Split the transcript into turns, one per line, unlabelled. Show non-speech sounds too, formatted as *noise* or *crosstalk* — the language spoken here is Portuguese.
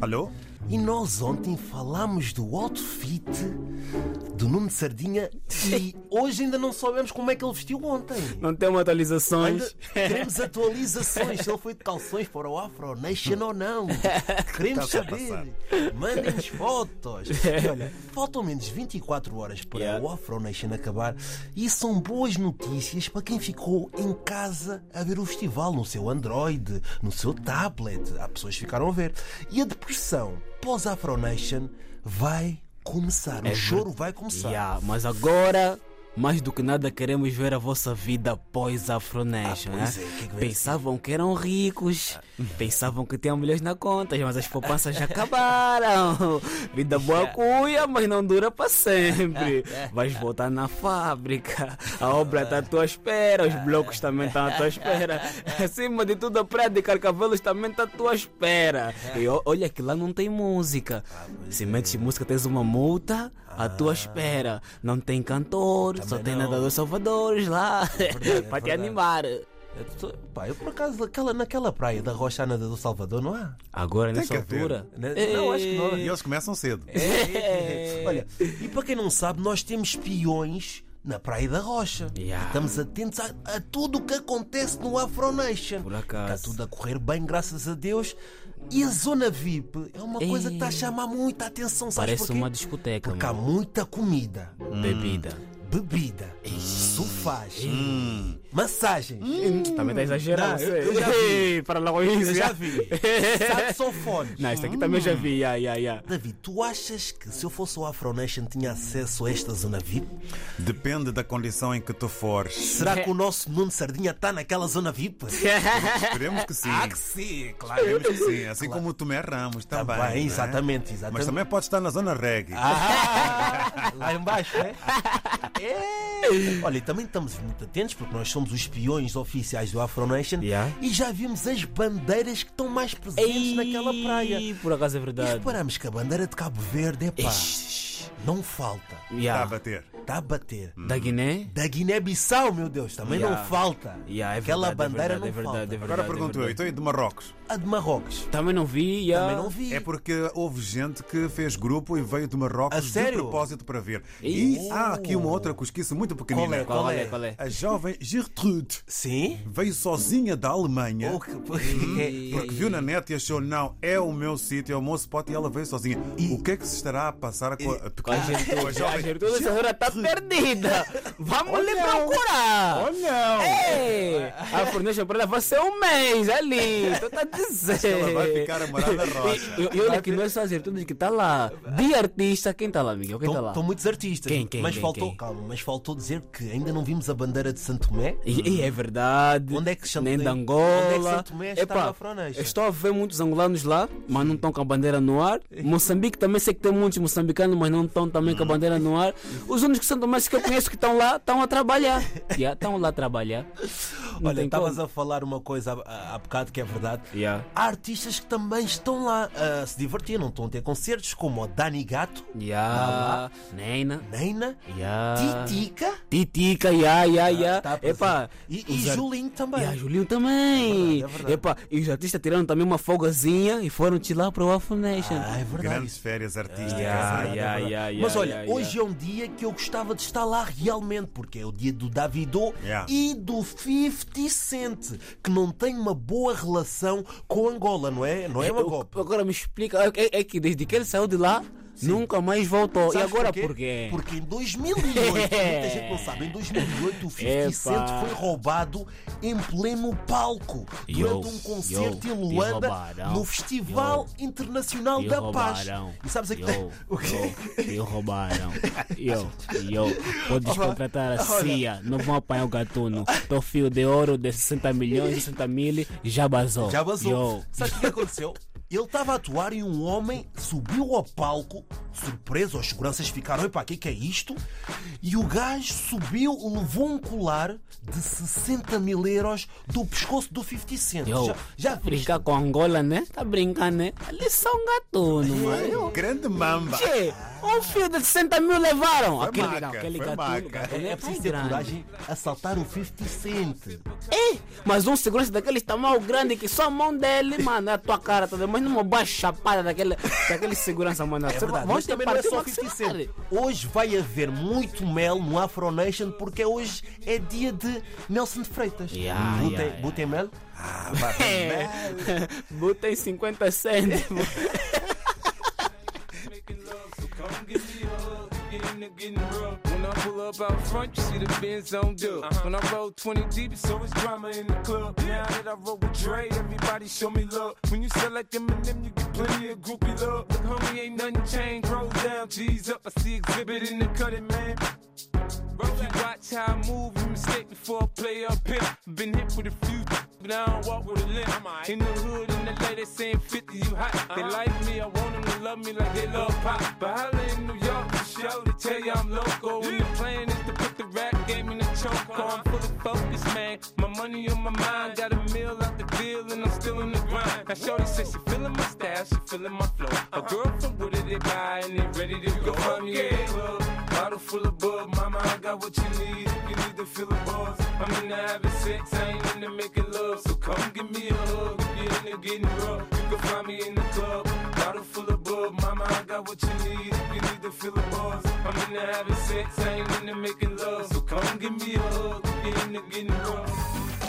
Alô?
E nós ontem falámos do outfit do Nuno de Sardinha e hoje ainda não sabemos como é que ele vestiu ontem.
Não temos
Ainda
atualizações. *laughs*
queremos atualizações. Se ele foi de calções para o Afro Nation
*laughs*
ou não. Queremos
Está-se a
saber.
*laughs*
Mandem-nos fotos. E olha, faltam menos 24 horas para
É. Yeah.
o Afro Nation acabar. E são boas notícias para quem ficou em casa a ver o festival no seu Android, no seu tablet. Há pessoas que ficaram a ver. E a depressão pós-Afro Nation vai começar. O choro vai começar.
É Yeah, mas agora, mais do que nada, queremos ver a vossa vida pós Afronation.
Ah,
né?
pois é, que que vai
pensavam que eram ricos, pensavam que tinham milhões na conta, mas as poupanças já
*laughs*
acabaram. Vida boa cuia, mas não dura para
*laughs*
sempre. Vais voltar na fábrica, a obra está à tua espera, os blocos também estão à tua
*laughs*
espera. Acima de tudo, a praia de Carcavelos também está à tua espera. E o- olha que lá não tem música. Se metes música, tens uma multa à tua espera. Não tem cantor, só
Ah. Também
tem
não.
nadadores salvadores lá *laughs*
verdade, é
para te
verdade.
animar.
Eu tô- Pá, eu por acaso naquela, naquela praia da Rocha Ana do Salvador, não há?
Agora, nessa
que haver.
altura.
Né? Não, acho que não.
E eles começam cedo.
É.
Olha, e para quem não sabe, nós temos peões na Praia da Rocha.
Yeah.
E Estamos atentos a, a tudo o que acontece no Afro Nation.
Por acaso.
Está tudo a correr bem, graças a Deus. E a zona VIP é uma coisa que está a chamar muita atenção. Sabes
Parece
porquê?
uma discoteca,
Porque há
mano.
muita comida,
Bebida.
bebida, sofás, massagens.
Hum. Também está exagerado.
Hum. Não, eu- eu já vi.
para lá com isso.
Eu já
já.
vi. Saxofones.
*laughs* Não, isto aqui também eu já vi. Ya, ya, ya.
David, tu achas que se eu fosse o Afro Nation tinha acesso a esta zona VIP?
Depende da condição em que tu fores.
Será que o nosso Nuno Sardinha está naquela zona VIP?
Esperemos que sim.
*laughs* Ah, que sim, claro.
Esperemos que sim. Assim como o Tomé Ramos
Tá
também.
bem,
não é?
exatamente, exatamente.
Mas também pode estar na zona reggae.
Ah, *laughs* lá
*laughs*
embaixo, é? É. Olha, e também estamos muito atentos porque nós somos os peões oficiais do Afro Nation
Yeah.
e já vimos as bandeiras que estão mais presentes naquela praia. E
Ei, Por acaso é verdade.
reparamos que a bandeira de Cabo Verde, é pá,
Ixi.
não falta.
Está
Ya.
Tá a bater.
Está a bater.
Da Guiné?
Da Guiné-Bissau, meu Deus, também
Yeah.
não falta.
Ya, é
Aquela
verdade,
bandeira
é verdade,
não
é verdade,
falta.
é verdade,
Agora
é
pergunto eu,
verdade. Ah.
então e de Marrocos?
A de Marrocos.
Também não vi. ya.
Também não vi.
É porque houve gente que fez grupo e veio de
A
Marrocos de
sério?
propósito para ver.
Ih.
E há aqui uma outra cosquice muito pequenina.
Qual
Qual é?
é?
Qual é?
A jovem Gertrude
Sim?
veio sozinha da Alemanha.
Ou que- porque-
Porque viu na net e achou, não, é o meu sítio, é o meu spot e ela veio sozinha. O que é que se estará a passar com a,
Com a Gertrude.
com a
A
jovem?
Gertrude, essa senhora
*laughs*
está perdida. Vamos lhe procurar.
Oh não!
Ei, a fornecha para ela vai ser um mês ali. Tu tá dizendo.
Ela vai ficar a morar na
E,
rocha.
e olha que não é só as virtudes que tá lá. De artista, quem tá lá, Miguel? Quem tá lá?
Estão muitos artistas.
Quem, quem,
mas
quem,
faltou,
quem?
calma, mas faltou dizer que ainda não vimos a bandeira de Santo Tomé.
E, e é verdade.
Onde é que Santo-
Nem de
onde é que
Angola.
Santo Tomé está
Epá,
na Afronation?
Estou a ver muitos angolanos lá, mas não estão com a bandeira no
*laughs*
ar. Moçambique também sei que tem muitos moçambicanos, mas não estão também com a bandeira no ar. Os únicos Santo Tomé que eu conheço que estão lá, estão a
*laughs*
trabalhar. Já, Estão lá a trabalhar. Não
Olha,
tem
estavas
como.
a falar uma coisa há- há, há bocado que é verdade.
Yeah.
Há artistas que também estão lá a se divertir, não estão a ter concertos, como o Dani Gato,
Já, Neina.
Neina,
Já.
Titica
Titica, ya, ya, ya.
tá presente.
Ah. Epá,
e, e
é. os ar-
Julinho também.
E a Julinho também.
É verdade, é verdade.
Epá, e os artistas tiraram também uma folgazinha e foram te lá para o Afro Nation.
Ah, é verdade.
Grandes férias artísticas.
Yeah,
hein?
yeah.
É verdade. Mas olha, hoje é um dia que eu gostava de estar lá realmente, porque é o dia do Davido
Yeah.
e do 50 Cent, que não tem uma boa relação com Angola, não é? Não é uma
Eu-
golpe.
agora me explica, é, é que desde que ele saiu de lá, nunca mais voltou.
Sabes
e agora
porquê?
por quê?
Porque em 2008,
*laughs*
muita gente não sabe, em 2008 o 50 Cent
Epa.
foi roubado em pleno palco durante
Yo,
um concerto
yo,
em Luanda
te roubaram.
no Festival Internacional
E
da Paz. E sabes
*laughs*
aqui, *laughs*
eu,
o que
eu, eu *laughs* roubaram. Eu, eu. Podes contratar a CIA, não vão apanhar o gatuno. Teu fio de ouro de 60 milhões, 60 mil, já vazou.
Já vazou.
Yo.
Sabe o que aconteceu? Ele estava a atuar e um homem subiu ao palco, surpreso, os seguranças ficaram, epá, o que, que é isto? E o gajo subiu, levou um colar de 60 mil euros do pescoço do 50 Cent.
Yo,
Já, já viste?
brincar Tá com Angola, né? Tá brincando, né? Eles são gatuno, é mano. Eu-
Grande mamba.
Che, Um fio de 60 mil levaram. aquele
maca,
não, aquele
foi
gatuno,
maca.
gatuno é,
É
mais
preciso ter
grande.
coragem assaltar o 50 Cent.
Ei, mas um segurança daqueles tamanho grande que só a mão dele, mano, é a tua cara toda, mas numa boa chapada daquele, daquele segurança, mano.
É verdade, mas também não é só 50 Cent. Hoje vai haver muito mel no Afro Nation porque hoje é dia de Nelson Freitas.
Ya,
botem,
ya, ya.
botem mel?
Ah, vai.
né?
É. *laughs* Botem 50 cêntimos.
Come get me up, get in the getting rough. When I pull up out front, you see the Benz on dub. When I roll 20 deep, so it's drama in the club. Now that I roll with Dre, everybody show me love. When you sell like them and them, you get plenty of groupie love. Look, homie, ain't nothing changed. Roll down, G's up. I see exhibit in the cutting, man. Bro, you watch how I move, you mistake before I play up pimp. Been hit with a few, but I don't walk with a limp. In the hood, in the LA, they saying 50, you hot. They like me, I want them to love me like they love pop. But holla in New York, for show, they tell you I'm local. And the plan is to put the rap game in the choke. I'm fully focused, man. My money on my mind, got a meal out the deal, and I'm still in the grind. Now, Shorty says she feeling my style, she feeling my flow. A girl from Wooded, they buy, and they ready to go. I'm yeah. Bottle full of bug, mama, I got what you need. If you need to feel the buzz, I'm in the having sex, I ain't in the making love. So come give me a hug, if you're in the getting rough, you can find me in the club. Bottle full of bug, mama, I got what you need. If you need to feel the buzz, I'm in the having sex, I ain't in the making love. So come give me a hug, if you're in the getting rough.